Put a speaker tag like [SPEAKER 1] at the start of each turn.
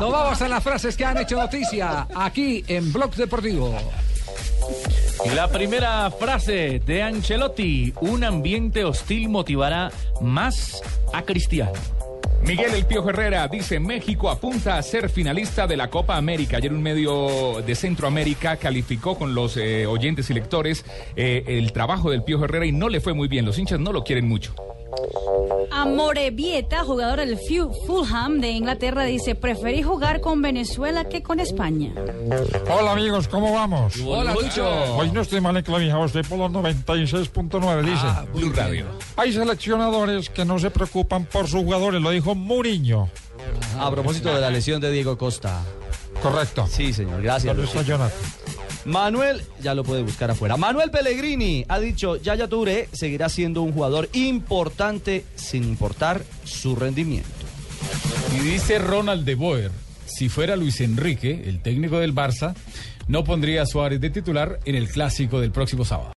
[SPEAKER 1] Nos vamos a las frases que han hecho noticia aquí en Blog Deportivo.
[SPEAKER 2] La primera frase de Ancelotti, un ambiente hostil motivará más a Cristiano.
[SPEAKER 3] Miguel El Piojo Herrera dice, México apunta a ser finalista de la Copa América. Ayer un medio de Centroamérica calificó con los eh, oyentes y lectores eh, el trabajo del Piojo Herrera y no le fue muy bien. Los hinchas no lo quieren mucho.
[SPEAKER 4] Amorebieta, jugador del Fu- Fulham de Inglaterra, dice, preferí jugar con Venezuela que con España.
[SPEAKER 5] Hola amigos, ¿cómo vamos?
[SPEAKER 1] Hola, Lucho.
[SPEAKER 5] Hoy no estoy mal enclavijado, estoy por los 96.9, dice.
[SPEAKER 3] Blue Radio.
[SPEAKER 5] Hay seleccionadores que no se preocupan por sus jugadores, lo dijo Muriño.
[SPEAKER 6] A propósito de la lesión de Diego Costa.
[SPEAKER 5] Correcto.
[SPEAKER 6] Sí, señor, gracias.
[SPEAKER 5] Lo dijo
[SPEAKER 6] Lucho.
[SPEAKER 5] Jonathan.
[SPEAKER 6] Manuel, ya lo puede buscar afuera. Manuel Pellegrini ha dicho, Yaya Touré seguirá siendo un jugador importante sin importar su rendimiento.
[SPEAKER 7] Y dice Ronald de Boer, si fuera Luis Enrique, el técnico del Barça, no pondría a Suárez de titular en el clásico del próximo sábado.